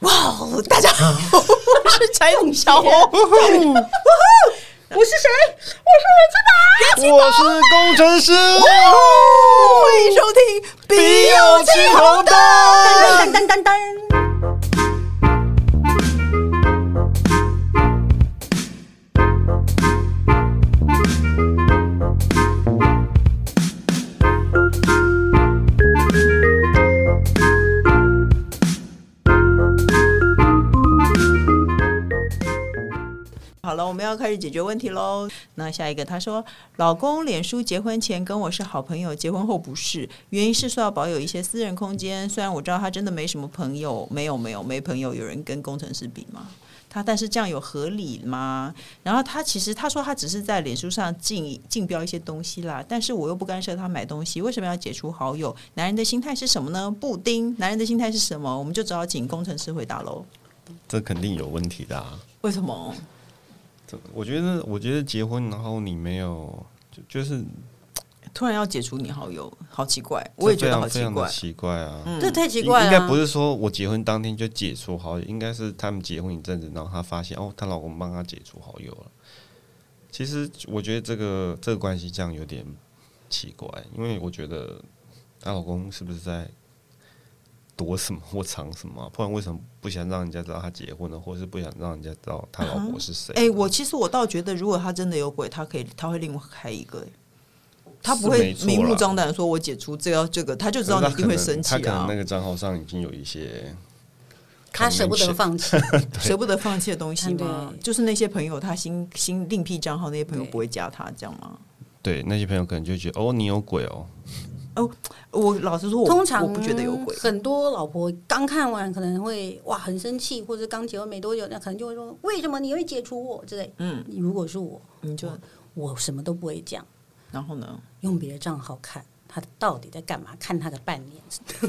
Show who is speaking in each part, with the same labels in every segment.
Speaker 1: 哇，哦大家好，我 是柴米哦小红，我是谁？我是
Speaker 2: 我是工程师，
Speaker 1: 欢迎收听《笔友青红灯》。
Speaker 3: 噔噔噔噔噔，
Speaker 1: 好了，我们要开始解决问题喽。那下一个，他说，老公脸书结婚前跟我是好朋友，结婚后不是，原因是说要保有一些私人空间。虽然我知道他真的没什么朋友，没有没有没朋友，有人跟工程师比吗？他但是这样有合理吗？然后他其实他说他只是在脸书上竞竞标一些东西啦，但是我又不干涉他买东西，为什么要解除好友？男人的心态是什么呢？布丁，男人的心态是什么？我们就只好请工程师回答喽。
Speaker 2: 这肯定有问题的、啊。
Speaker 1: 为什么？
Speaker 2: 这我觉得，我觉得结婚然后你没有，就就是
Speaker 1: 突然要解除你好友，好奇怪，我也觉得好
Speaker 2: 这非
Speaker 1: 奇
Speaker 2: 常非常的
Speaker 1: 怪。嗯
Speaker 2: 奇怪啊。
Speaker 3: 这太奇
Speaker 2: 应
Speaker 3: 怪了。
Speaker 2: 应该不是说我结婚当天就解除好友，应该是他们结婚一阵子，然后她发现哦，她老公帮她解除好友了。其实我觉得这个这个关系这样有点奇怪，因为我觉得她老公是不是在躲什么或藏什么啊、不然为什么不想让人家知道她结婚了，或是不想让人家知道她老婆是谁？
Speaker 1: 哎、我其实我倒觉得，如果他真的有鬼，他可以，他会另外开一个、哎他不
Speaker 2: 是
Speaker 1: 会
Speaker 2: 没错啦
Speaker 1: 明目张胆地说我解除这个这个，他就知道你一定会生气
Speaker 2: 可是他可能他可
Speaker 1: 啊
Speaker 2: 能那，个账号上已经有一些
Speaker 3: 他舍不得放弃，
Speaker 1: 舍不得放弃的东西吗？
Speaker 3: 对
Speaker 1: 就是那些朋友，他新新另辟账号，那些朋友
Speaker 3: 对
Speaker 1: 不会加他，这样吗？
Speaker 2: 对那些朋友可能就觉得哦，你有鬼哦，
Speaker 1: 我老实 说我，
Speaker 3: 通常
Speaker 1: 我不觉得有鬼。
Speaker 3: 很多老婆刚看完可能会哇很生气，或者刚结婚没多久，那可能就会说为什么你会解除我之类。
Speaker 1: 嗯，
Speaker 3: 如果是我，
Speaker 1: 你就
Speaker 3: 我什么都不会讲，
Speaker 1: 然后呢？
Speaker 3: 用别的账号看他到底在干嘛，看他的半年，
Speaker 2: 然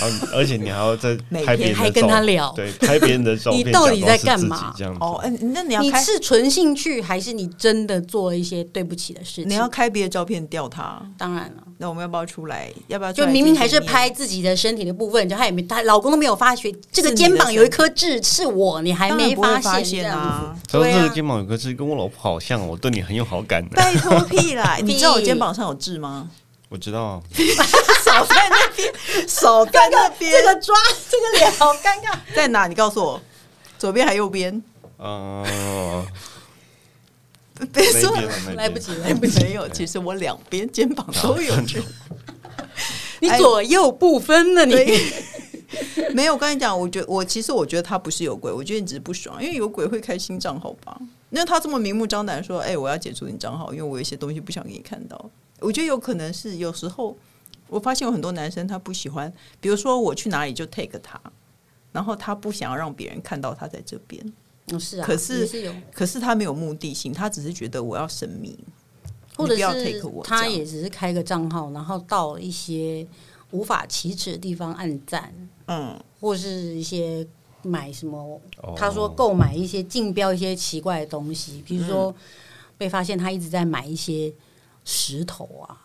Speaker 2: 后你而且你还要 再
Speaker 1: 每
Speaker 2: 拍
Speaker 1: 天
Speaker 2: 别人的
Speaker 3: 还跟
Speaker 2: 照
Speaker 3: 他聊
Speaker 2: 对，拍别人的照片，
Speaker 3: 你到底
Speaker 2: 假装是
Speaker 3: 在干
Speaker 2: 自己
Speaker 3: 嘛
Speaker 2: 这样子
Speaker 1: 哦，哎、那你要
Speaker 3: 你
Speaker 1: 开，
Speaker 3: 是纯兴趣还是你真的做了一些对不起的事情？
Speaker 1: 你要开别的照片吊他，
Speaker 3: 当然了。
Speaker 1: 那我们要不要出来？要不要出
Speaker 3: 就
Speaker 1: 来
Speaker 3: 明明
Speaker 1: 见
Speaker 3: 还是
Speaker 1: 见面
Speaker 3: 拍自己的身体的部分，就他也没，他老公都没有发觉，这个
Speaker 1: 是你的
Speaker 3: 肩膀有一
Speaker 1: 身体
Speaker 3: 颗痣是我，你还
Speaker 1: 当然
Speaker 3: 没
Speaker 1: 不会
Speaker 3: 现这
Speaker 1: 现
Speaker 3: 样子。
Speaker 1: 啊。
Speaker 2: 他说
Speaker 3: 对
Speaker 2: 这
Speaker 3: 啊
Speaker 2: 个肩膀有个痣，跟我老婆好像哦，我对你很有好感的。
Speaker 1: 拜托屁 啦！你知道我
Speaker 3: 屁
Speaker 1: 肩膀上有痣吗？
Speaker 2: 我知道啊，
Speaker 1: 少在那边，少在那边。
Speaker 3: 这个抓，这个脸好尴尬。
Speaker 1: 在哪？你告诉我，左边还右边？
Speaker 2: 呃，
Speaker 1: 别
Speaker 2: 那
Speaker 1: 说
Speaker 2: 边啊那边
Speaker 3: 来不及了，
Speaker 1: 哎， 没有，其实我两边肩膀都有痣。
Speaker 3: 你左右不分了，你
Speaker 1: 对 没有，我跟你讲，我觉我其实我觉得他不是有鬼，我觉得你只是不爽，因为有鬼会开新账号吧？那他这么明目张胆说，哎、我要解除你账号，因为我有一些东西不想给你看到。我觉得有可能是有时候，我发现有很多男生他不喜欢，比如说我去哪里就 take 他，然后他不想要让别人看到他在这边。
Speaker 3: 嗯是啊，
Speaker 1: 可是
Speaker 3: 也是有，
Speaker 1: 可是他没有目的性，他只是觉得我要神秘，
Speaker 3: 或者
Speaker 1: 你不要
Speaker 3: 是
Speaker 1: take 我这
Speaker 3: 他
Speaker 1: 样
Speaker 3: 也只是开个账号，然后到一些无法启齿的地方按赞，
Speaker 1: 嗯，
Speaker 3: 或是一些买什么，
Speaker 2: 哦
Speaker 3: 他说购买一些竞标一些奇怪的东西，比如
Speaker 1: 嗯
Speaker 3: 说被发现他一直在买一些石头啊。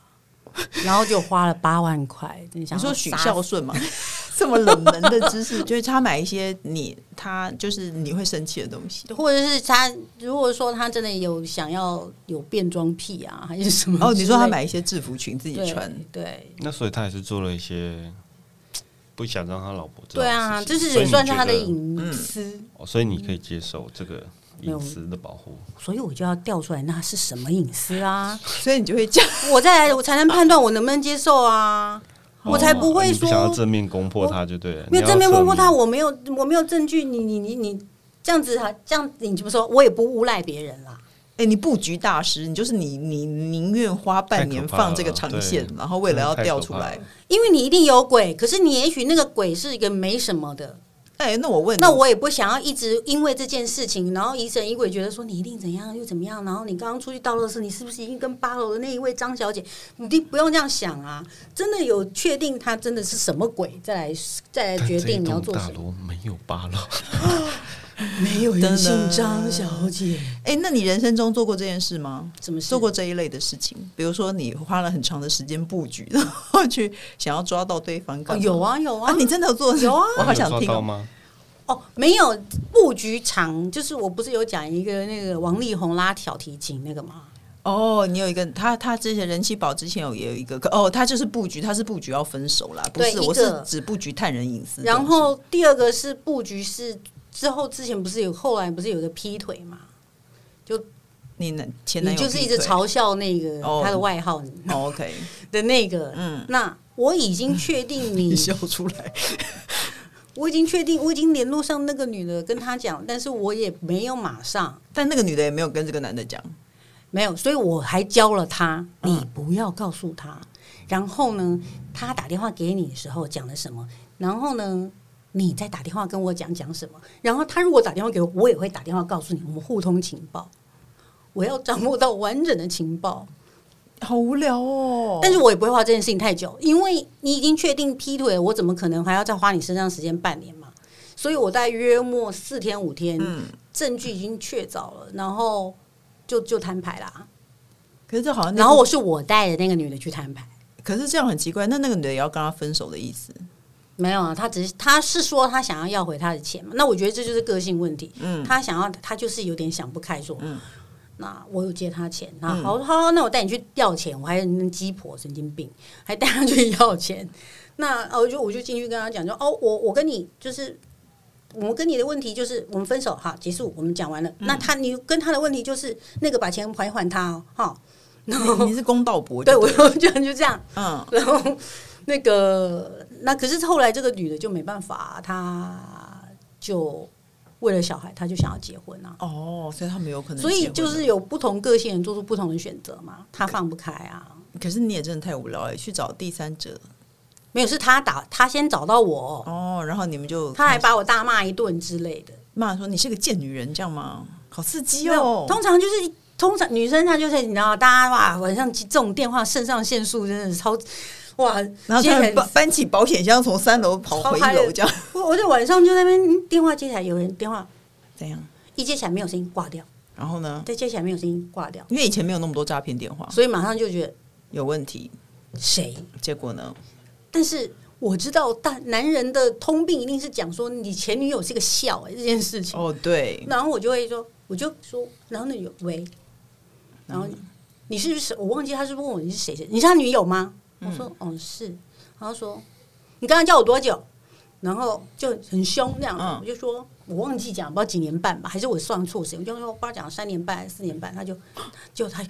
Speaker 3: 然后就花了八万块，你想
Speaker 1: 你说
Speaker 3: 要
Speaker 1: 许
Speaker 3: 杀
Speaker 1: 孝顺嘛， 这么冷门的知识，就是他买一些你他就是你会生气的东西。
Speaker 3: 或者是他如果说他真的有想要有变装癖啊，还是什么之类的？
Speaker 1: 哦，你说他买一些制服裙自己
Speaker 3: 对
Speaker 1: 穿，
Speaker 3: 对
Speaker 2: 那所以他也是做了一些不想让他老婆知道
Speaker 3: 对
Speaker 2: 的事情。
Speaker 3: 啊，这是
Speaker 2: 所以
Speaker 3: 也
Speaker 2: 你
Speaker 3: 算是
Speaker 2: 觉
Speaker 3: 他的
Speaker 2: 得
Speaker 3: 隐嗯私，
Speaker 2: 哦所以你可以接受这个
Speaker 3: 没有
Speaker 2: 隐私的保护。
Speaker 3: 所以我就要调出来，那是什么隐私啊？
Speaker 1: 所以你就会这样。
Speaker 3: 我再来，我才能判断我能不能接受啊！我才不
Speaker 2: 哦
Speaker 3: 会
Speaker 2: 你想要
Speaker 3: 说，
Speaker 2: 正面攻破他就对了，
Speaker 3: 因为
Speaker 2: 你要
Speaker 3: 正面问过他，
Speaker 2: 侧面，
Speaker 3: 我没有，我没有证据，你你你你这样子，这样你就不说，我也不诬赖别人啦。
Speaker 1: 哎、你布局大师，你就是你，你宁愿花半年
Speaker 2: 哎太可怕
Speaker 1: 放这个
Speaker 2: 了
Speaker 1: 长
Speaker 2: 对
Speaker 1: 线，然后为了要调出来
Speaker 2: 真的太可。
Speaker 3: 因为你一定有鬼，可是你也许那个鬼是一个没什么的，
Speaker 1: 哎、那我问你，
Speaker 3: 那我也不想要一直因为这件事情，然后疑神疑鬼，觉得说你一定怎样又怎么样，然后你刚刚出去倒垃圾，你是不是已经跟八楼的那一位张小姐？你一定不用这样想啊！真的有确定她真的是什么鬼，再来再来
Speaker 2: 但
Speaker 3: 决
Speaker 2: 这一
Speaker 3: 定你要
Speaker 2: 栋
Speaker 3: 做
Speaker 2: 大
Speaker 3: 什么。
Speaker 2: 楼没有八 楼，
Speaker 3: 没有
Speaker 1: 人姓张小
Speaker 3: 姐，
Speaker 1: 哎、那你人生中做过这件事吗？
Speaker 3: 什么事
Speaker 1: 做过？这一类的事情，比如说你花了很长的时间布局，然后去想要抓到对方干
Speaker 3: 哦
Speaker 1: 嘛、
Speaker 3: 有啊有
Speaker 1: 啊，
Speaker 3: 啊，
Speaker 1: 你真的有做？
Speaker 3: 有啊
Speaker 1: 我好想
Speaker 2: 有抓
Speaker 1: 听
Speaker 2: 到
Speaker 1: 哦。
Speaker 2: 吗？
Speaker 3: 哦，没有布局长，就是我不是有讲一个那个王力宏拉小提琴那个吗？
Speaker 1: 哦，你有一个他，他之前人气宝之前有也有一个，可哦，他就是布局，他是布局要分手啦，不
Speaker 3: 对
Speaker 1: 是，
Speaker 3: 一
Speaker 1: 我是
Speaker 3: 个
Speaker 1: 只布局探人隐私这种事。
Speaker 3: 然后第二个是布局是之后之前不是有后来不是有个劈腿嘛？
Speaker 1: 你男前男
Speaker 3: 你
Speaker 1: 友
Speaker 3: 就是
Speaker 1: 劈
Speaker 3: 一直
Speaker 1: 腿
Speaker 3: 嘲笑那个
Speaker 1: 哦
Speaker 3: 他的外号
Speaker 1: 哦，OK，
Speaker 3: 的那个，
Speaker 1: 嗯，
Speaker 3: 那我已经确定你
Speaker 1: 你笑出来，
Speaker 3: 我已经确定，我已经联络上那个女的，跟她讲，但是我也没有马上
Speaker 1: 但那个女的也没有跟这个男的讲，
Speaker 3: 没有，所以我还教了她，
Speaker 1: 嗯
Speaker 3: 你不要告诉她。然后呢，她打电话给你的时候讲了什么？然后呢，你再打电话跟我讲讲什么？然后她如果打电话给我，我也会打电话告诉你，我们互通情报。我要掌握到完整的情报，
Speaker 1: 好无聊哦。
Speaker 3: 但是我也不会花这件事情太久，因为你已经确定劈腿了，我怎么可能还要再花你身上时间半年嘛？所以我大概约莫四天五天，
Speaker 1: 嗯，
Speaker 3: 证据已经确凿了，然后就就摊牌啦。
Speaker 1: 可是这好哦像那个，
Speaker 3: 然后我是我带的那个女的去摊牌，
Speaker 1: 可是这样很奇怪，那那个女的也要跟他分手的意 思，
Speaker 3: 没有啊，她只是她是说她想要要回她的钱嘛。那我觉得这就是个性问题，
Speaker 1: 嗯，
Speaker 3: 她想要她就是有点想不开说，
Speaker 1: 嗯
Speaker 3: 那我有借她钱，那好好好，那我带你去要钱，我还那鸡婆神经病，还带她去要钱。那哦，我就我就进去跟她讲说，哦，我我跟你就是。我跟你的问题就是，我们分手哈，结束，我们讲完了。
Speaker 1: 嗯
Speaker 3: 那他，你跟他的问题就是那个把钱还还他哦，哈。然后
Speaker 1: 你你是公道伯
Speaker 3: 对
Speaker 1: 就
Speaker 3: 我
Speaker 1: 对了，
Speaker 3: 就就就这样，
Speaker 1: 嗯，
Speaker 3: 然后那个那可是后来这个女的就没办法，啊她就为了小孩，她就想要结婚啊，
Speaker 1: 哦，所以他们有可能，
Speaker 3: 所以就是，有不同个性人做出不同的选择嘛，她放不开啊，
Speaker 1: 可是你也真的太无聊了，去找第三者
Speaker 3: 没有是她打她先找到我，
Speaker 1: 哦，然后你们就
Speaker 3: 她还把我大骂一顿之类的，
Speaker 1: 骂说你是个贱女人，这样吗？好刺激
Speaker 3: 没有
Speaker 1: 哦，
Speaker 3: 通常就是。通常女生她就是你知道，大家哇晚上这种电话肾上腺素真的是超哇，
Speaker 1: 然后他
Speaker 3: 接起来
Speaker 1: 们搬搬起保险箱从三楼跑回一 楼，这样
Speaker 3: 我我在晚上就在那边嗯电话接起来，有人电话
Speaker 1: 怎样？
Speaker 3: 一接起来没有声音挂掉，
Speaker 1: 然后呢？
Speaker 3: 再接起来没有声音挂掉，
Speaker 1: 因为以前没有那么多诈骗电话，
Speaker 3: 所以马上就觉得
Speaker 1: 有问题。
Speaker 3: 谁？
Speaker 1: 结果呢？
Speaker 3: 但是我知道大男人的通病一定是讲说你前女友是个笑、欸、这件事情，
Speaker 1: 哦，对，
Speaker 3: 然后我就会说，我就说，然后那有喂，然后
Speaker 1: 嗯
Speaker 3: 你是不是我忘记他是问我你是谁谁，你是他女友吗？我说
Speaker 1: 嗯
Speaker 3: 哦是，然后说你刚刚叫我多久？然后就很凶那样，
Speaker 1: 嗯
Speaker 3: 我就说我忘记讲，不知道几年半吧，还是我算错谁？我就说不知道讲三年半还是四年半，他就就 他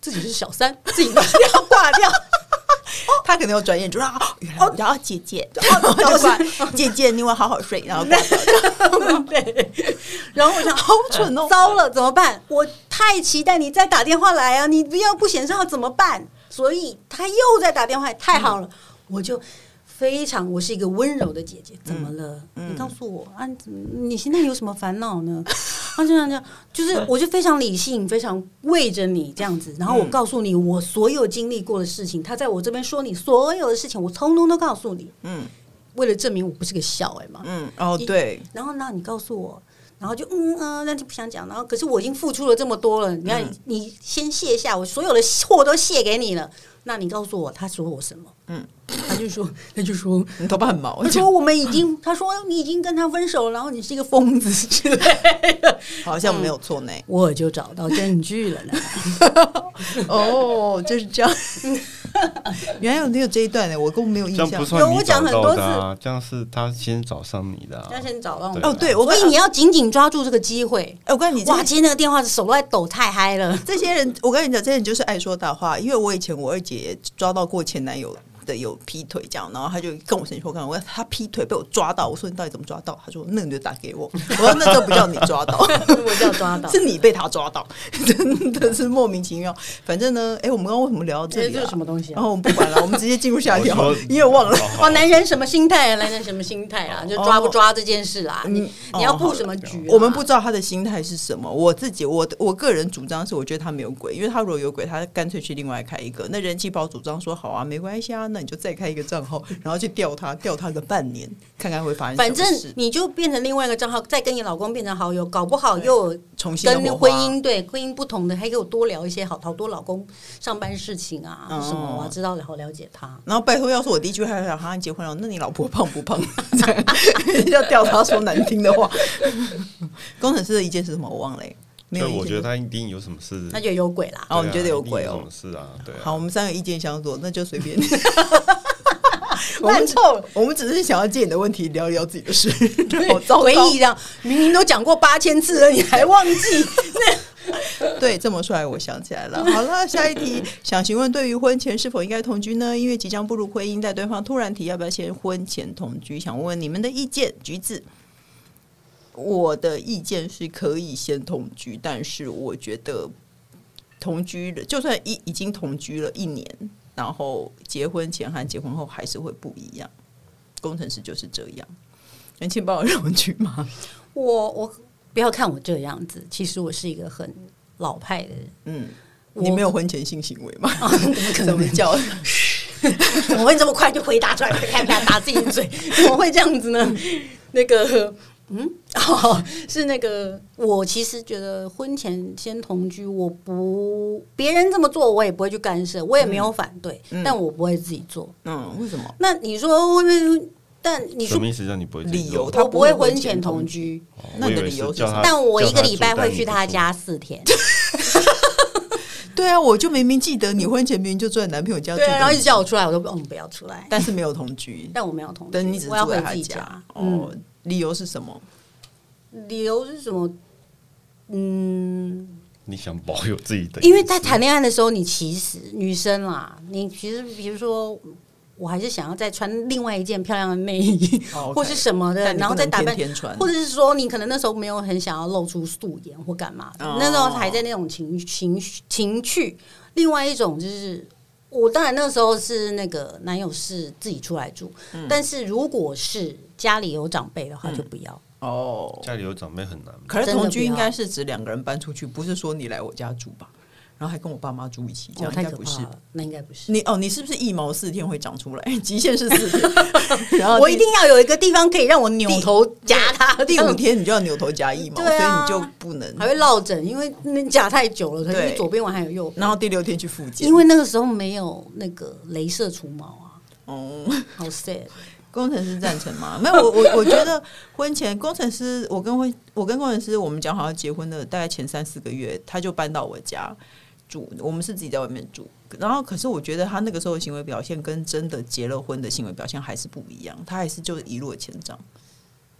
Speaker 3: 自己是小三，自己挂掉挂掉。
Speaker 1: 他可能有转眼就说啊，原来我叫姐姐，然后
Speaker 3: 哦
Speaker 1: 就挂
Speaker 3: 是
Speaker 1: 姐姐，你晚好好睡，然后挂掉
Speaker 3: 对，然后我想，
Speaker 1: 好蠢 哦
Speaker 3: 糟了，怎么办？我太期待你再打电话来啊！你不要不显示号怎么办？所以他又在打电话，太好了，我就非常，我是一个温柔的姐姐，怎么了？
Speaker 1: 嗯嗯
Speaker 3: 你告诉我啊，你现在有什么烦恼呢？啊，这样这样，就是我就非常理性，非常为着你这样子，然后我
Speaker 1: 嗯嗯
Speaker 3: 告诉你我所有经历过的事情，他在我这边说你所有的事情，我通通都告诉你，
Speaker 1: 嗯
Speaker 3: 为了证明我不是个小哎、嘛。
Speaker 1: 嗯，哦，对，
Speaker 3: 然后那你告诉我，然后就嗯嗯、呃那就不想讲。然后可是我已经付出了这么多了，你看、
Speaker 1: 嗯
Speaker 3: 你先卸下我所有的货都卸给你了，那你告诉我他说我什么？
Speaker 1: 嗯，
Speaker 3: 他就说他 就说
Speaker 1: 你头发很毛
Speaker 3: 他，说我们已经他说你已经跟他分手了，然后你是一个疯子之 类的，
Speaker 1: 好像没有错呢。
Speaker 3: 我就找到证据了呢。
Speaker 1: 哦，就是这样， 原来有有这一段呢，我根本没有印
Speaker 2: 这样
Speaker 1: 象
Speaker 2: 不。算
Speaker 3: 有
Speaker 2: 你
Speaker 3: 我讲
Speaker 2: 找
Speaker 3: 很
Speaker 2: 到
Speaker 3: 多
Speaker 2: 的啊，这样是他先找上你的啊。
Speaker 3: 要先找到我，
Speaker 2: 对
Speaker 1: 哦，对，我
Speaker 3: 所
Speaker 1: 跟
Speaker 3: 以你要紧紧抓住这个机会。
Speaker 1: 哎我告诉你，
Speaker 3: 哇，接那个电话手都在抖，太嗨了。
Speaker 1: 这些人，我跟你讲，这些人就是爱说大话。因为我以前我二姐也抓到过前男友的有劈腿这样，然后她就跟我生气，我看我她劈腿被我抓到，我说你到底怎么抓到？她说那你就打给 我，我说那这不叫你抓到，，
Speaker 3: 我就要抓到
Speaker 1: 是你被他抓到，真的是莫名其妙。反正呢，哎，我们刚刚为什么聊到这
Speaker 3: 这
Speaker 1: 里、
Speaker 3: 是
Speaker 1: 啊
Speaker 3: 什？么东西啊
Speaker 1: 然？后我们不管了，我们直接进入下一条
Speaker 2: 我说，
Speaker 1: 因为忘了。
Speaker 3: 哦，男人什么心态啊？男人什么心态啊？就抓不抓这件事啦、你、
Speaker 1: 哦
Speaker 3: 你要布什么局、啊
Speaker 1: 我们不知道他的心态是什么。我自己，我我个人主张是，我觉得他没有鬼，因为他如果有鬼，他干脆去另外开一个。那人气宝主张说好啊，没关系啊，那你就再开一个账号， 然后去调他，调他个半年，看看会发生什
Speaker 3: 反
Speaker 1: 么事。
Speaker 3: 正你就变成另外一个账号，再跟你老公变成好友，搞不好又有
Speaker 1: 重新的火
Speaker 3: 跟
Speaker 1: 花
Speaker 3: 婚姻对婚姻不同的，还给我多聊一些好好多老公上班事情啊、
Speaker 1: 哦
Speaker 3: 什么，我要知道好了解他。
Speaker 1: 然后拜托，要是我第一句话想哈，你结婚了，那你老婆胖不胖？ 这样要吊他说难听的话。工程师的意见是什么？我忘了、欸，没有
Speaker 2: 所以
Speaker 1: 意
Speaker 2: 我觉
Speaker 1: 见
Speaker 2: 得。他一定有什么事。
Speaker 3: 那就有鬼 啦！
Speaker 1: 哦，
Speaker 2: 对
Speaker 1: 你
Speaker 2: 啊
Speaker 1: 觉得有
Speaker 2: 一定
Speaker 1: 鬼
Speaker 2: 什
Speaker 1: 哦
Speaker 2: 么？事啊？对啊，
Speaker 1: 好，我们三个意见相左，那就随便。 我们
Speaker 3: 烂透了，
Speaker 1: 我们只是想要借你的问题聊一聊自己的事， 好糟
Speaker 3: 回
Speaker 1: 糕
Speaker 3: 忆这样，明明都讲过八千次了，你还忘 记？
Speaker 1: 对，这么说来，我想起来了。好了，下一题，想询问对于婚前是否应该同居呢？因为即将步入婚姻，但对方突然提要不要先婚前同居，想问问你们的意见。橘子，我的意见是可以先同居，但是我觉得同居了，就算已已经同居了一年，然后结婚前和结婚后还是会不一样。工程师就是这样。能请帮我绕去吗？
Speaker 3: 我我不要看我这样子，其实我是一个很老派的人。
Speaker 1: 嗯，
Speaker 3: 我
Speaker 1: 你没有婚前性行为吗？
Speaker 3: 啊？怎么可
Speaker 1: 怎
Speaker 3: 能
Speaker 1: 么？叫？
Speaker 3: 怎么会这么快就回答出来？ 啪啪打自己的嘴，怎么会这样子呢？
Speaker 1: 嗯
Speaker 3: 那个，嗯， 哦，是那个，我其实觉得婚前先同居，我不别人这么做，我也不会去干涉，我也没有反对，
Speaker 1: 嗯
Speaker 3: 但我不会自己做。
Speaker 1: 嗯，为什么？
Speaker 3: 那你说会不会？但你
Speaker 2: 什
Speaker 3: 说
Speaker 2: 么意思？让你不会自己
Speaker 1: 理由
Speaker 2: 做
Speaker 1: 他
Speaker 3: 我
Speaker 1: 不
Speaker 3: 不
Speaker 1: 会
Speaker 3: 会
Speaker 1: 婚
Speaker 3: 婚
Speaker 1: 前
Speaker 3: 前
Speaker 1: 同
Speaker 3: 同居，
Speaker 2: 哦
Speaker 1: 那
Speaker 2: 我以
Speaker 1: 你的
Speaker 2: 为
Speaker 1: 理由
Speaker 2: 是
Speaker 1: 是
Speaker 2: 叫
Speaker 1: 什么
Speaker 2: 他，
Speaker 3: 但我
Speaker 2: 叫
Speaker 3: 一个
Speaker 2: 他
Speaker 3: 礼拜
Speaker 2: 住
Speaker 3: 会
Speaker 2: 但
Speaker 3: 去
Speaker 2: 你
Speaker 3: 他
Speaker 2: 不
Speaker 3: 家四天。
Speaker 1: 对啊，我就明明记得你婚前明明就住在男朋友家住
Speaker 3: 对
Speaker 1: 的，
Speaker 3: 啊，然后一直叫我出来，我都不嗯不要出来，
Speaker 1: 但是没有同居，
Speaker 3: 但我没有同居，
Speaker 1: 但你只
Speaker 3: 我
Speaker 1: 是
Speaker 3: 要
Speaker 1: 住
Speaker 3: 回
Speaker 1: 在他
Speaker 3: 自己
Speaker 1: 家。
Speaker 3: 嗯
Speaker 1: 哦，，理由是什么？
Speaker 3: 理由是什么？嗯，
Speaker 2: 住你想保有自己的隐私，
Speaker 3: 因为在谈恋爱的时候，你其实女生啦，你其实比如说，我还是想要再穿另外一件漂亮的内衣，
Speaker 1: 哦，OK
Speaker 3: 或是什么的，
Speaker 1: 但你
Speaker 3: 然后
Speaker 1: 不
Speaker 3: 再
Speaker 1: 能
Speaker 3: 打扮
Speaker 1: 天。天穿，
Speaker 3: 或者是说，你可能那时候没有很想要露出素颜或干嘛，
Speaker 1: 哦
Speaker 3: 那时候还在那种情情情趣。另外一种就是，我当然那时候是那个男友是自己出来住，
Speaker 1: 嗯
Speaker 3: 但是如果是家里有长辈的话，就不要。
Speaker 1: 哦，
Speaker 2: 家里有长辈很难。
Speaker 1: 可是
Speaker 3: 真的
Speaker 1: 同居
Speaker 3: 不要
Speaker 1: 应该是指两个人搬出去，不是说你来我家住吧？然后还跟我爸妈住一起，这
Speaker 3: 哦，
Speaker 1: 样
Speaker 3: 太
Speaker 1: 应该
Speaker 3: 可
Speaker 1: 不是
Speaker 3: 怕。了，那应该不是。
Speaker 1: 你哦，你是不是一毛四天会长出来？ 极限是四 天，然后
Speaker 3: 我
Speaker 1: 第
Speaker 3: 一定要有一个地方可以让我扭头夹它，
Speaker 1: 第
Speaker 3: 这样
Speaker 1: 五天你就要扭头夹一毛，所
Speaker 3: 对
Speaker 1: 以你
Speaker 3: 啊
Speaker 1: 就不能。
Speaker 3: 还会落枕，因为那夹太久了，所
Speaker 1: 对
Speaker 3: 以左边完还有右边。
Speaker 1: 然后第六天去复健，
Speaker 3: 因为那个时候没有那个镭射除毛啊，
Speaker 1: 哦。
Speaker 3: 好 sad。
Speaker 1: 工程师赞成吗？没有，我我我觉得婚前工程师，我跟婚我跟工程师，我们讲好要结婚的，大概前三四个月，他就搬到我家住，我们是自己在外面住。然后，可是我觉得他那个时候的行为表现跟真的结了婚的行为表现还是不一样，他还是就一落千丈。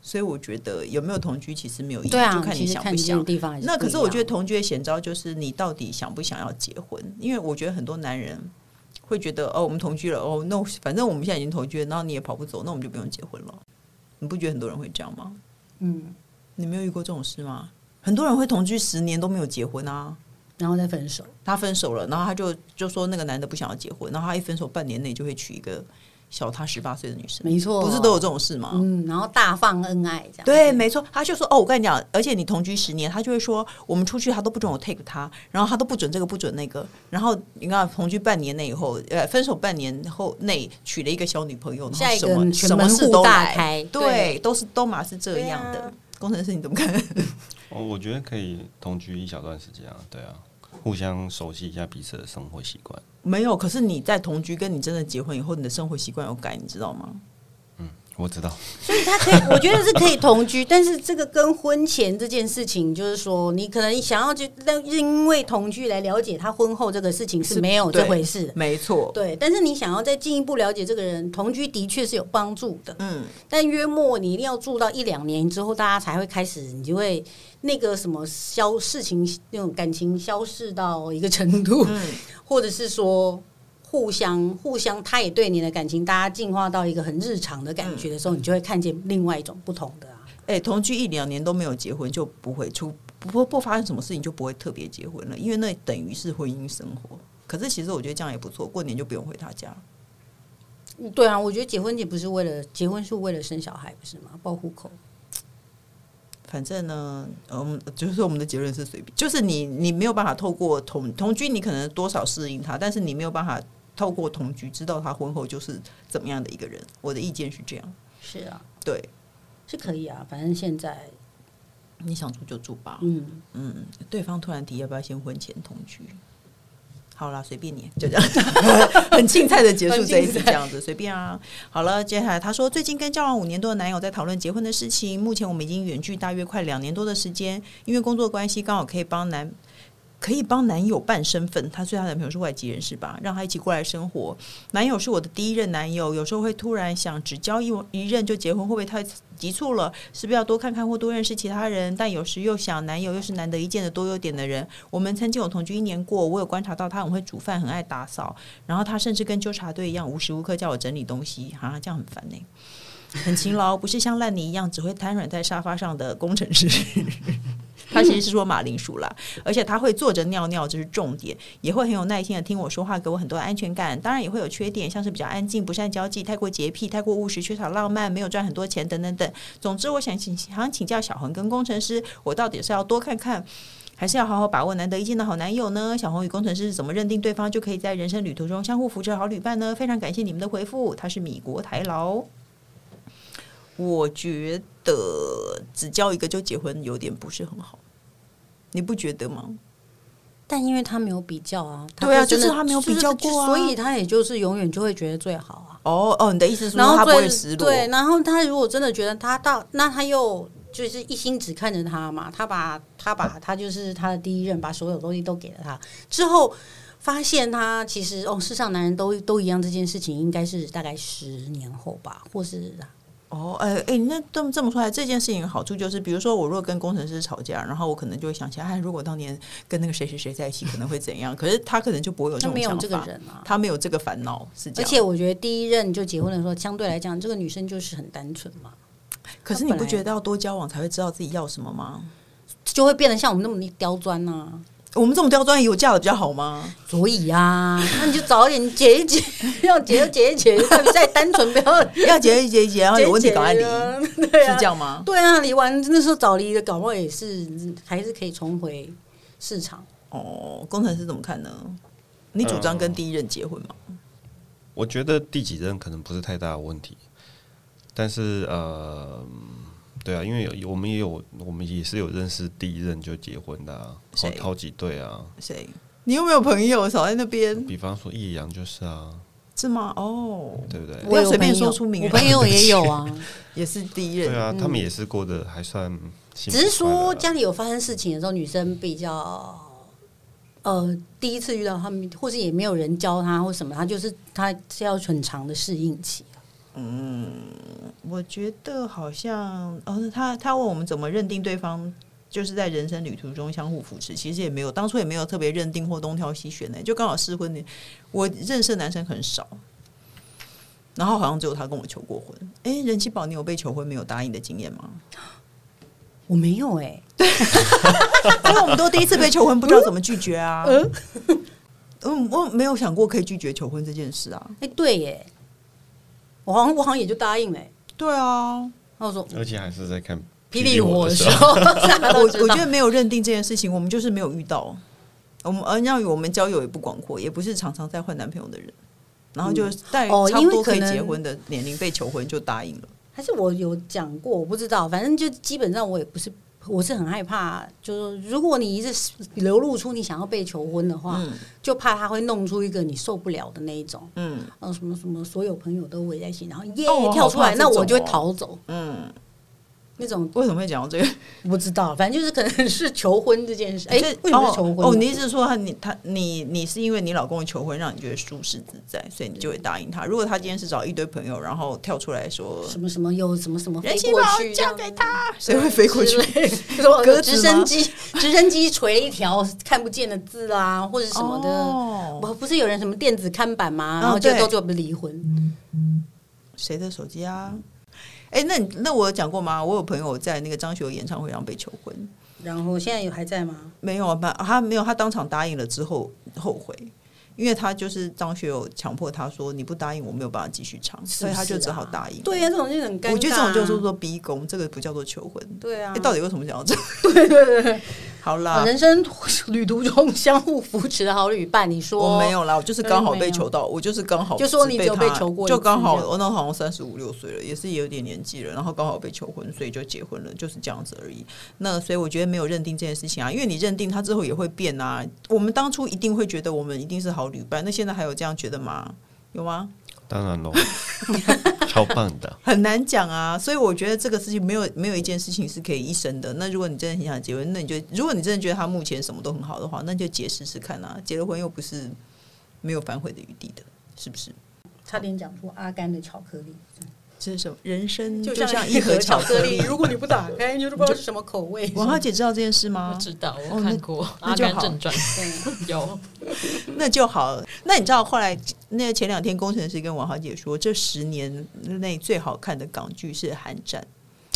Speaker 1: 所以我觉得有没有同居其实没有意义，
Speaker 3: 对啊
Speaker 1: 就，看
Speaker 3: 其
Speaker 1: 你
Speaker 3: 实
Speaker 1: 想
Speaker 3: 看
Speaker 1: 不
Speaker 3: 你这
Speaker 1: 想
Speaker 3: 种。地方还是
Speaker 1: 那可是
Speaker 3: 不一样
Speaker 1: 我觉得同居的险招就是你到底想不想要结婚？因为我觉得很多男人会觉得哦，我们同居了，哦，那我反正我们现在已经同居了，然后你也跑不走，那我们就不用结婚了。你不觉得很多人会这样吗？
Speaker 3: 嗯，
Speaker 1: 你没有遇过这种事吗？很多人会同居十年都没有结婚啊。
Speaker 3: 然后再分手，
Speaker 1: 他分手了，然后他就就说那个男的不想要结婚，然后他一分手半年内就会娶一个小他十八岁的女生，
Speaker 3: 没错，
Speaker 1: 不是都有这种事吗？
Speaker 3: 嗯，然后大放恩爱这
Speaker 1: 啊
Speaker 3: 样。
Speaker 1: 对，没错，他就说哦，我跟你讲，而且你同居十年，他就会说我们出去他都不准我 take 他，然后他都不准这个不准那个，然后你看同居半年内以后，呃，分手半年后内娶了一个小女朋友，然后
Speaker 3: 下一个
Speaker 1: 什么
Speaker 3: 全
Speaker 1: 什么
Speaker 3: 门
Speaker 1: 事
Speaker 3: 户
Speaker 1: 都
Speaker 3: 大
Speaker 1: 来
Speaker 3: 开
Speaker 1: 对，
Speaker 3: 对
Speaker 1: 都是都嘛是这样的。
Speaker 3: 对啊
Speaker 1: 工程师你怎么看？
Speaker 2: 哦，我觉得可以同居一小段时间啊，对啊，互相熟悉一下彼此的生活习惯。
Speaker 1: 没有，可是你在同居跟你真的结婚以后，你的生活习惯有改，你知道吗？
Speaker 2: 嗯我知道，
Speaker 3: 所以他可以，我觉得是可以同居，但是这个跟婚前这件事情，就是说你可能想要去，但因为同居来了解他婚后这个事情是没有哦这回事的。
Speaker 1: 没错，
Speaker 3: 对，但是你想要再进一步了解这个人，同居的确是有帮助的。
Speaker 1: 嗯，
Speaker 3: 但约莫你一定要住到一两年之后，大家才会开始，你就会那个什么消事情那种感情消逝到一个程度， 或者是说互相互相，他也对你的感情，大家进化到一个很日常的感觉的时候，你就会看见另外一种不同的啊。
Speaker 1: 哎、同居一两年都没有结婚，就不会出不不不发生什么事情就不会特别结婚了，因为那等于是婚姻生活。可是其实我觉得这样也不错，过年就不用回他家。
Speaker 3: 对啊，我觉得结婚也不是为了结婚，是为了生小孩，不是吗？报户口。
Speaker 1: 反正呢，嗯，就是我们的结论是随便，就是你你没有办法透过同同居，你可能多少适应他，但是你没有办法透过同居知道他婚后就是怎么样的一个人。我的意见是这样，
Speaker 3: 是啊，
Speaker 1: 对，
Speaker 3: 是可以啊，反正现在，
Speaker 1: 你想住就住吧。
Speaker 3: 嗯，
Speaker 1: 嗯，对方突然提要不要先婚前同居？好啦，随便你，就这样， 很轻菜的结束这一次，这样子随便啊。好了，接下来他说，最近跟交往五年多的男友在讨论结婚的事情。目前我们已经远距大约快两年多的时间，因为工作关系，刚好可以帮男可以帮男友办身份。他所以她男朋友是外籍人士吧，让他一起过来生活。男友是我的第一任男友，有时候会突然想只交一一任就结婚，会不会太急促了？是不是要多看看或多认识其他人？但有时又想，男友又是难得一见的多优点的人。我们曾经有同居一年过，我有观察到他很会煮饭，很爱打扫，然后他甚至跟纠察队一样，无时无刻叫我整理东西，哈、这样很烦呢、很勤劳，不是像烂泥一样只会瘫软在沙发上的工程师。 他其实是说马铃薯啦，而且他会坐着尿尿，这是重点，也会很有耐心的听我说话，给我很多安全感。当然也会有缺点，像是比较安静、不善交际、太过洁癖、太过务实、缺少浪漫、没有赚很多钱等等等。总之，我想请想请教小红跟工程师，我到底是要多看看，还是要好好把握难得一见的好男友呢？小红与工程师是怎么认定对方就可以在人生旅途中相互扶持的好旅伴呢？非常感谢你们的回复，他是米国台劳。我觉得只交一个就结婚有点不是很好，你不觉得吗？
Speaker 3: 但因为他没有比较啊，
Speaker 1: 对啊
Speaker 3: 真的
Speaker 1: 就是他没有比较过啊
Speaker 3: 就是所以他也就是永远就会觉得最好啊。
Speaker 1: 哦哦，你的意思是
Speaker 3: 然
Speaker 1: 说
Speaker 3: 后
Speaker 1: 他不
Speaker 3: 最
Speaker 1: 会失落？
Speaker 3: 对，然后他如果真的觉得他到，那他又就是一心只看着他嘛，他把他把他就是他的第一任，把所有东西都给了他之后。发现他其实哦，世上男人都都一样，这件事情应该是大概十年后吧，
Speaker 1: 嗯
Speaker 3: 或是
Speaker 1: 哦，哎、哎、那这么这么说来，这件事情的好处就是，比如说我如果跟工程师吵架，然后我可能就会想起来，哎，如果当年跟那个谁谁谁在一起，可能会怎样？可是他可能就不会有这
Speaker 3: 他
Speaker 1: 种
Speaker 3: 没有
Speaker 1: 想
Speaker 3: 这个
Speaker 1: 法，
Speaker 3: 人啊。
Speaker 1: 他没有这个烦恼，是这
Speaker 3: 而
Speaker 1: 样。
Speaker 3: 且我觉得第一任就结婚的时候，相对来讲，这个女生就是很单纯嘛，
Speaker 1: 可是
Speaker 3: 他
Speaker 1: 你
Speaker 3: 本
Speaker 1: 不
Speaker 3: 来
Speaker 1: 觉得要多交往才会知道自己要什么吗？
Speaker 3: 就会变得像我们那么刁钻啊呐、
Speaker 1: 我们这种刁钻有嫁的比较好吗？
Speaker 3: 所以啊， 那你就早点结一结， 要结就结一结，再再单纯不要
Speaker 1: 要结一结一结，然后有问题赶快离，
Speaker 3: 离， 对
Speaker 1: 是
Speaker 3: 啊
Speaker 1: 这，样吗？
Speaker 3: 对啊，离完那时候早离的，搞不好也是还是可以重回市场。
Speaker 1: 哦，工程师怎么看呢？你主张跟第一任结婚吗？
Speaker 2: 我觉得第几任可能不是太大的问题，但是呃，对啊，因为有我们也有我们也是有认识第一任就结婚的、啊，好
Speaker 1: 谁
Speaker 2: 好几对啊，
Speaker 1: 谁？你有没有朋友少在那边？
Speaker 2: 比方说易阳就是啊，
Speaker 1: 是吗？哦，
Speaker 2: 对不对？
Speaker 1: 不要
Speaker 3: 有
Speaker 1: 随便
Speaker 3: 朋友
Speaker 1: 说出名
Speaker 3: 我
Speaker 1: 人
Speaker 3: 朋友也 有啊，
Speaker 1: 也是第一
Speaker 2: 对
Speaker 1: 任。
Speaker 2: 啊，他们也是过得还算幸福快乐啊，
Speaker 3: 嗯只是说家里有发生事情的时候，女生比较呃第一次遇到他们，或是也没有人教她或什么，她就是她是要很长的适应期。
Speaker 1: 我觉得好像，哦，他他问我们怎么认定对方。就是在人生旅途中相互扶持，其实也没有，当初也没有特别认定或东挑西选的、欸就刚好适婚年，我认识的男生很少，然后好像只有他跟我求过婚。哎、任七宝，你有被求婚没有答应的经验吗？
Speaker 3: 我没有哎、
Speaker 1: 因为我们都第一次被求婚，不知道怎么拒绝 啊。嗯，我没有想过可以拒绝求婚这件事啊。
Speaker 3: 哎、对耶，我好像我好像也就答应了耶、
Speaker 1: 对啊，
Speaker 3: 然后我说
Speaker 2: 而且还是在看
Speaker 3: 霹雳火的
Speaker 2: 的
Speaker 3: 时候，
Speaker 1: 我
Speaker 3: 我
Speaker 1: 我觉得没有认定这件事情，我们就是没有遇到。我们而要我们交友也不广阔，也不是常常在换男朋友的人，然后就在
Speaker 3: 哦
Speaker 1: 差不
Speaker 3: 因
Speaker 1: 多
Speaker 3: 为可
Speaker 1: 可以
Speaker 3: 能
Speaker 1: 结婚的年龄被求婚就答应了。
Speaker 3: 还是我有讲过，我不知道，反正就基本上我也不是，我是很害怕，就是如果你一直流露出你想要被求婚的话，
Speaker 1: 嗯
Speaker 3: 就怕他会弄出一个你受不了的那一种，
Speaker 1: 嗯
Speaker 3: 嗯、什么什么，所有朋友都围在一起，然后耶、
Speaker 1: 哦我好
Speaker 3: 跳出
Speaker 1: 怕
Speaker 3: 来，
Speaker 1: 这种
Speaker 3: 那
Speaker 1: 哦
Speaker 3: 我就会逃走，
Speaker 1: 嗯，
Speaker 3: 那种
Speaker 1: 为什么会讲到这个？
Speaker 3: 不知道，反正就是可能是求婚这件事，哎、
Speaker 1: 这
Speaker 3: 为什么是求婚呢
Speaker 1: 哦？哦，你意思是说他你他你你是因为你老公的求婚让你觉得舒适自在，所以你就会答应他。如果他今天是找一堆朋友，然后跳出来说
Speaker 3: 什么什么有什么什么飞
Speaker 1: 人气
Speaker 3: 过
Speaker 1: 宝
Speaker 3: 去，
Speaker 1: 嫁给他，谁会飞 过去？鸽
Speaker 3: 鸽
Speaker 1: 子
Speaker 3: 直
Speaker 1: 吗
Speaker 3: 升机，直升机垂了一条看不见的字啦，或者什么的。
Speaker 1: 哦
Speaker 3: 我不是有人什么电子看板
Speaker 1: 嗯
Speaker 3: 吗？然后就
Speaker 1: 对
Speaker 3: 都就不离婚，
Speaker 1: 谁的手机
Speaker 3: 嗯
Speaker 1: 啊？哎、那你那我有讲过吗？我有朋友在那个张学友演唱会上被求婚，
Speaker 3: 然后现在有还在吗？
Speaker 1: 没有啊，他他没有，他当场答应了之后后悔，因为他就是张学友强迫他说你不答应我没有办法继续唱，
Speaker 3: 是
Speaker 1: 所
Speaker 3: 不
Speaker 1: 以
Speaker 3: 是啊
Speaker 1: 他就只好答应。
Speaker 3: 对呀、啊这种就很尴尬、啊
Speaker 1: 我觉得这种就是，做逼宫，这个不叫做求婚。
Speaker 3: 对啊，
Speaker 1: 哎、到底为什么讲到这？
Speaker 3: 对对对，
Speaker 1: 好啦，
Speaker 3: 人生旅途中相互扶持的好旅伴。你说
Speaker 1: 我没有啦，我就是刚好
Speaker 3: 嗯真的没
Speaker 1: 被
Speaker 3: 有
Speaker 1: 求到，我就是刚好
Speaker 3: 就说你
Speaker 1: 只
Speaker 3: 只有
Speaker 1: 被
Speaker 3: 被
Speaker 1: 他
Speaker 3: 求过一
Speaker 1: 就
Speaker 3: 次
Speaker 1: 刚好
Speaker 3: 这样
Speaker 1: 我那时候好像三十五六岁了，也是有点年纪了，然后刚好被求婚，所以就结婚了，就是这样子而已。那所以我觉得没有认定这件事情啊，因为你认定他之后也会变啊。我们当初一定会觉得我们一定是好旅伴，那现在还有这样觉得吗？有吗？
Speaker 2: 当然喽， 超棒的。
Speaker 1: 很难讲啊，所以我觉得这个事情没有没有一件事情是可以一生的。那如果你真的很想结婚，那你就如果你真的觉得他目前什么都很好的话，那就结试试看啊。结了婚又不是没有反悔的余地的，是不是？
Speaker 3: 差点讲出阿甘的巧克力，
Speaker 1: 这是什么？人生
Speaker 3: 就
Speaker 1: 就像
Speaker 3: 一
Speaker 1: 盒巧
Speaker 3: 巧
Speaker 1: 克
Speaker 3: 力，如果你不打开，你就不知道是什么口味。
Speaker 1: 王浩姐知道这件事
Speaker 4: 嗯我
Speaker 1: 吗？
Speaker 4: 知道，
Speaker 1: 哦
Speaker 4: 我
Speaker 1: 那
Speaker 4: 看过《
Speaker 1: 那
Speaker 4: 阿
Speaker 1: 就好
Speaker 4: 甘正传》 有，
Speaker 1: 那就好。那你知道后来那前两天工程师跟王浩姐说，这十年内最好看的港剧是《寒战》。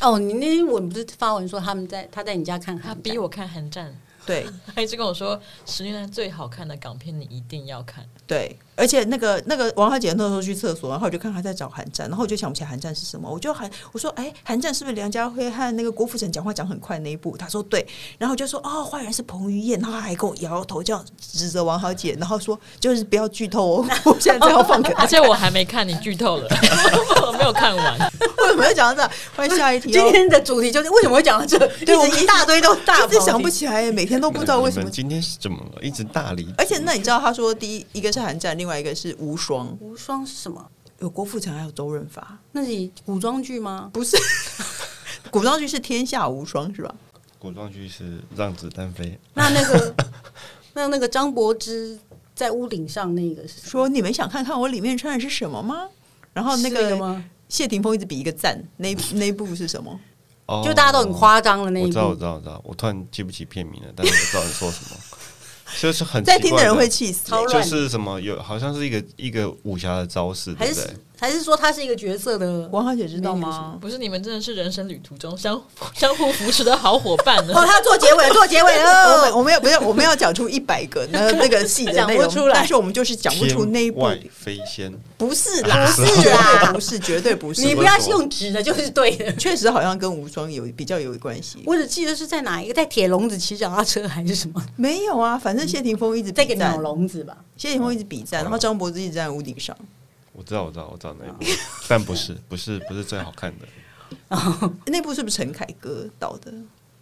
Speaker 3: 哦，你那天我不是发文说他们在他在你家看韩
Speaker 4: 他
Speaker 3: 展，
Speaker 4: 逼我看《寒战
Speaker 1: 对》，
Speaker 4: 他一直跟我说十年来最好看的港片，你一定 要看。
Speaker 1: 对，而且那个那个王浩姐那时候去厕所，然后我就看她在找韩战，然后我就想不起来韩战是什么，我就还我说哎，韩战是不是梁家辉和那个郭富城讲话讲很快那一部？她说对，然后我就说哦，坏人是彭于晏，然后她还跟我摇摇头，这样指着王浩姐，然后说就是不要剧透哦，我现在正要放给她
Speaker 4: 而且我还没看，你剧透了， 我没有看完。
Speaker 1: 为什么要讲到这？欢迎下一题
Speaker 3: 今
Speaker 1: 哦。
Speaker 3: 天的主题就是为什么会讲到这？
Speaker 1: 对，
Speaker 3: 一
Speaker 1: 我
Speaker 3: 直
Speaker 1: 们
Speaker 3: 一大堆都大
Speaker 1: 一直想
Speaker 3: 跑
Speaker 1: 不
Speaker 3: 题
Speaker 1: 起来，每天都不知道为什
Speaker 2: 你
Speaker 1: 么
Speaker 2: 们。今天是怎么了？一直大理，
Speaker 1: 而且那你知道，他说第一一个是韩战，另外一个是无双，
Speaker 3: 无双是什么？
Speaker 1: 有郭富城还有周润发，
Speaker 3: 那是古装剧吗？
Speaker 1: 不是古装剧是天下无双是吧？
Speaker 2: 古装剧是让子弹飞，
Speaker 3: 那那个那那个张柏芝在屋顶上那个是什么
Speaker 1: 说你们想看看我里面穿的是什么吗？然后那
Speaker 3: 是哦那个
Speaker 1: 个
Speaker 3: 吗？
Speaker 1: 谢霆锋一直比一个赞，那那一部是什么？
Speaker 2: 哦
Speaker 3: 就大家都很。夸张的那
Speaker 2: 我
Speaker 3: 一
Speaker 2: 知道，我
Speaker 3: 部
Speaker 2: 知。道，我知道，我突然记不起片名了，但是我知道你说什 么，就是很
Speaker 1: 在
Speaker 2: 奇怪
Speaker 1: 听的人会气死、
Speaker 3: 超
Speaker 1: 欸
Speaker 3: 乱
Speaker 2: 就
Speaker 3: 的
Speaker 2: 是什么有好像是一个一个武侠的招式，
Speaker 3: 还
Speaker 2: 对不对
Speaker 3: 是？还是说他是一个角色的？
Speaker 1: 王浩姐知道
Speaker 3: 没有什
Speaker 1: 吗？
Speaker 4: 不是你们真的是人生旅途中相相互扶持的好伙伴呢
Speaker 3: 哦，。他要做结尾，做结尾
Speaker 1: 我们我
Speaker 3: 了。
Speaker 1: 们要不是我们要讲出一百个那那个戏的内
Speaker 3: 讲
Speaker 1: 容
Speaker 3: 不出，来
Speaker 1: 但是我们就是讲不出那一
Speaker 2: 天
Speaker 1: 部
Speaker 2: 外飞仙，
Speaker 1: 不是啦，
Speaker 3: 不是啦
Speaker 1: 绝对不是，绝对不
Speaker 3: 你
Speaker 1: 是
Speaker 3: 不。要用纸的，就是对的。
Speaker 1: 确实好像跟无双有比较有关系，
Speaker 3: 我只记得是在哪一个，在铁笼子骑脚踏车还是什 么，
Speaker 1: 没有啊，反正谢霆锋一直
Speaker 3: 在
Speaker 1: 比
Speaker 3: 个鸟
Speaker 1: 赞，
Speaker 3: 笼子吧。
Speaker 1: 谢霆锋一直比赞，
Speaker 2: 好了
Speaker 1: 然后张柏芝一直站在屋顶上。
Speaker 2: 我知道，我知道，我知道那一部，
Speaker 3: 嗯
Speaker 2: 但不是，不是，不是最好看的。
Speaker 1: 那部是不是陈凯歌导的？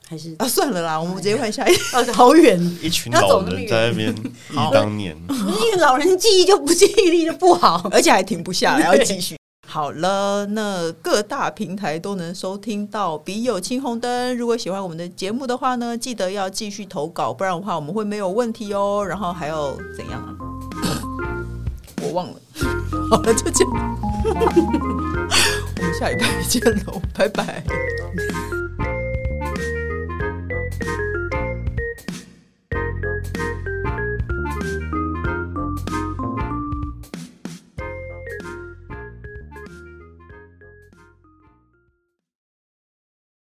Speaker 3: 还是
Speaker 1: 啊，算了啦，我们直接换下一
Speaker 3: 哦，好远，
Speaker 2: 一群
Speaker 3: 要
Speaker 2: 老
Speaker 3: 走那么
Speaker 2: 人
Speaker 3: 远
Speaker 2: 在那边忆当年，
Speaker 3: 那个老人记忆就不记忆力就不好。
Speaker 1: 而且还停不下来，要
Speaker 3: 对
Speaker 1: 继续。好了，那各大平台都能收听到《笔友青红灯》。如果喜欢我们的节目的话呢，记得要继续投稿，不然的话我们会没有问题哦。然后还有怎样啊？我忘了。 好了，就这样，我们下礼拜见喽，拜拜。